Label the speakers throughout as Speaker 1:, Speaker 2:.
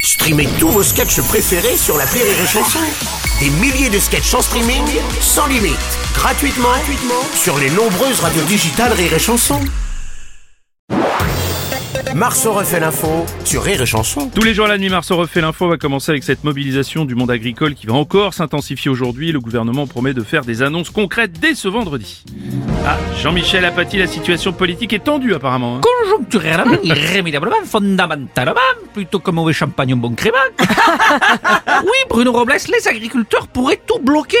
Speaker 1: Streamez tous vos sketchs préférés sur la Rire et Chanson. Des milliers de sketchs en streaming, sans limite, gratuitement, gratuitement sur les nombreuses radios digitales Rire et Chanson. Marceau refait l'info sur Rire et Chanson.
Speaker 2: Tous les jours à la nuit, Marceau refait l'info va commencer avec cette mobilisation du monde agricole qui va encore s'intensifier aujourd'hui. Le gouvernement promet de faire des annonces concrètes dès ce vendredi. Ah, Jean-Michel Apathy, la situation politique est tendue apparemment. hein.
Speaker 3: conjoncturellement, irrémédiablement, fondamentalement, plutôt que mauvais champagne, un bon crément. oui, Bruno Robles, les agriculteurs pourraient tout bloquer.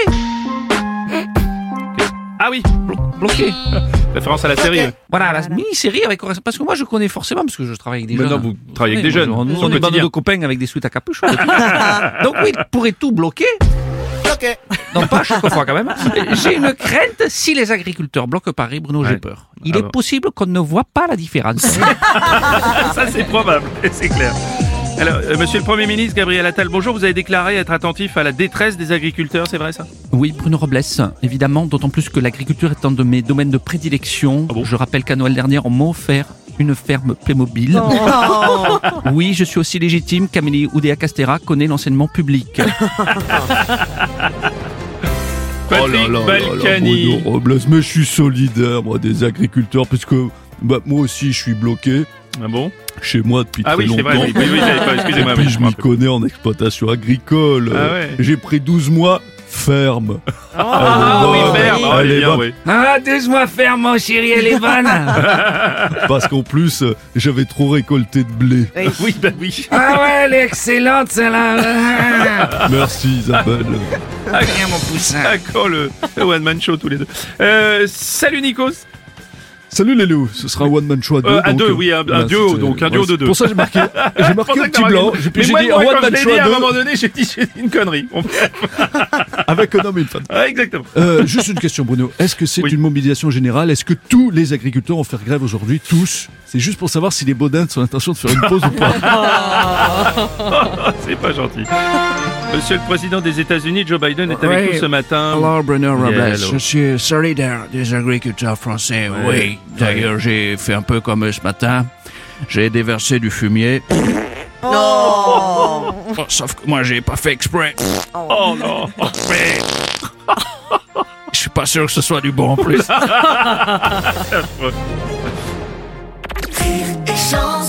Speaker 2: Ah oui,
Speaker 3: Blo- bloquer.
Speaker 2: référence à la série. hein.
Speaker 3: Voilà, la mini-série avec parce que moi je connais forcément parce que je travaille avec des
Speaker 2: Mais non,
Speaker 3: jeunes.
Speaker 2: vous travaillez avec
Speaker 3: Oui,
Speaker 2: des jeunes,
Speaker 3: moi, je- Nous,
Speaker 2: sur
Speaker 3: on
Speaker 2: le
Speaker 3: est bande
Speaker 2: quotidien.
Speaker 3: de copains avec des suites à capuche. hein, Donc oui, ils pourraient tout bloquer.
Speaker 1: Ok.
Speaker 3: Non, pas à chaque fois quand même. J'ai une crainte, si les agriculteurs bloquent Paris, Bruno, j'ai
Speaker 2: Ouais.
Speaker 3: peur. Il
Speaker 2: Ah
Speaker 3: est
Speaker 2: bon.
Speaker 3: possible qu'on ne voit pas la différence.
Speaker 2: Ça c'est probable, c'est clair. Alors, euh, monsieur le Premier ministre Gabriel Attal, bonjour, vous avez déclaré être attentif à la détresse des agriculteurs, c'est vrai ça
Speaker 4: Oh
Speaker 3: Oui, Bruno Robles, évidemment, d'autant plus que l'agriculture est un de mes domaines de prédilection.
Speaker 2: Ah bon
Speaker 3: je rappelle qu'à Noël dernier, on m'a offert une ferme Playmobil. Oui, je suis aussi légitime qu'Amélie Oudéa Castera connaît l'enseignement public.
Speaker 2: Patrick Balkany.
Speaker 4: Bruno Robles, oh, mais je suis solidaire, moi, des agriculteurs, puisque bah, moi aussi, je suis bloqué
Speaker 2: Ah bon
Speaker 4: chez moi depuis
Speaker 2: Ah
Speaker 4: très
Speaker 2: oui, c'est
Speaker 4: longtemps.
Speaker 2: vrai, oui, oui, oui, j'avais pas-
Speaker 4: Et
Speaker 2: excusez-moi.
Speaker 4: puis,
Speaker 2: oui,
Speaker 4: je
Speaker 2: me
Speaker 4: m'y
Speaker 2: rappelle.
Speaker 4: connais en exploitation agricole.
Speaker 2: Ah
Speaker 4: Euh,
Speaker 2: ouais.
Speaker 4: J'ai pris 12 mois ferme.
Speaker 2: Ah oui,
Speaker 4: bah,
Speaker 2: merde, ah,
Speaker 4: allez,
Speaker 2: bien,
Speaker 4: bah,
Speaker 2: oui.
Speaker 3: Ah, douze-moi ferme, mon chéri, elle est bonne. Ah
Speaker 4: Parce qu'en plus, euh, j'avais trop récolté de blé.
Speaker 2: oui, bah oui.
Speaker 3: ouais, elle est excellente, celle-là.
Speaker 4: Merci, Isabelle.
Speaker 3: Rien, mon poussin.
Speaker 2: Ah, quand le, le one man show tous les deux. Euh, salut Nikos.
Speaker 4: Salut les loups, ce sera un one man show à deux.
Speaker 2: Euh, à
Speaker 4: donc,
Speaker 2: deux,
Speaker 4: euh,
Speaker 2: oui, un- un
Speaker 4: voilà,
Speaker 2: duo,
Speaker 4: c'était-
Speaker 2: donc un duo de
Speaker 4: c'est
Speaker 2: deux.
Speaker 4: Pour ça, j'ai marqué, j'ai
Speaker 2: Pour
Speaker 4: marqué
Speaker 2: ça
Speaker 4: un
Speaker 2: que
Speaker 4: petit
Speaker 2: t'as
Speaker 4: blanc.
Speaker 2: marqué-
Speaker 4: J'ai
Speaker 2: Mais
Speaker 4: j'ai
Speaker 2: moi,
Speaker 4: dit un
Speaker 2: moi, quand
Speaker 4: one
Speaker 2: je
Speaker 4: man
Speaker 2: l'ai
Speaker 4: show
Speaker 2: dit, à
Speaker 4: à
Speaker 2: un
Speaker 4: deux
Speaker 2: moment donné, j'ai dit j'ai dit une connerie. On-
Speaker 4: avec un homme et une femme.
Speaker 2: Ah, exactement.
Speaker 4: Euh, juste une question, Bruno. Est-ce que c'est
Speaker 2: Oui.
Speaker 4: une mobilisation générale Est-ce que tous les agriculteurs vont faire grève aujourd'hui Tous C'est juste pour savoir si les Baudins sont l'intention de faire une pause ou pas.
Speaker 2: C'est pas gentil. Monsieur le président des États-Unis, Joe Biden est avec
Speaker 5: Ouais.
Speaker 2: nous ce matin.
Speaker 5: Alors, Oh, Bruno Robles,
Speaker 2: Yeah, hello.
Speaker 5: je suis solidaire des agriculteurs français, oui. D'ailleurs, j'ai fait un peu comme eux ce matin. J'ai déversé du fumier. Oh, Sauf que moi, j'ai pas fait exprès.
Speaker 2: Oh non.
Speaker 5: Mais- Je suis pas sûr que ce soit du bon en plus.
Speaker 6: Rire et chanson.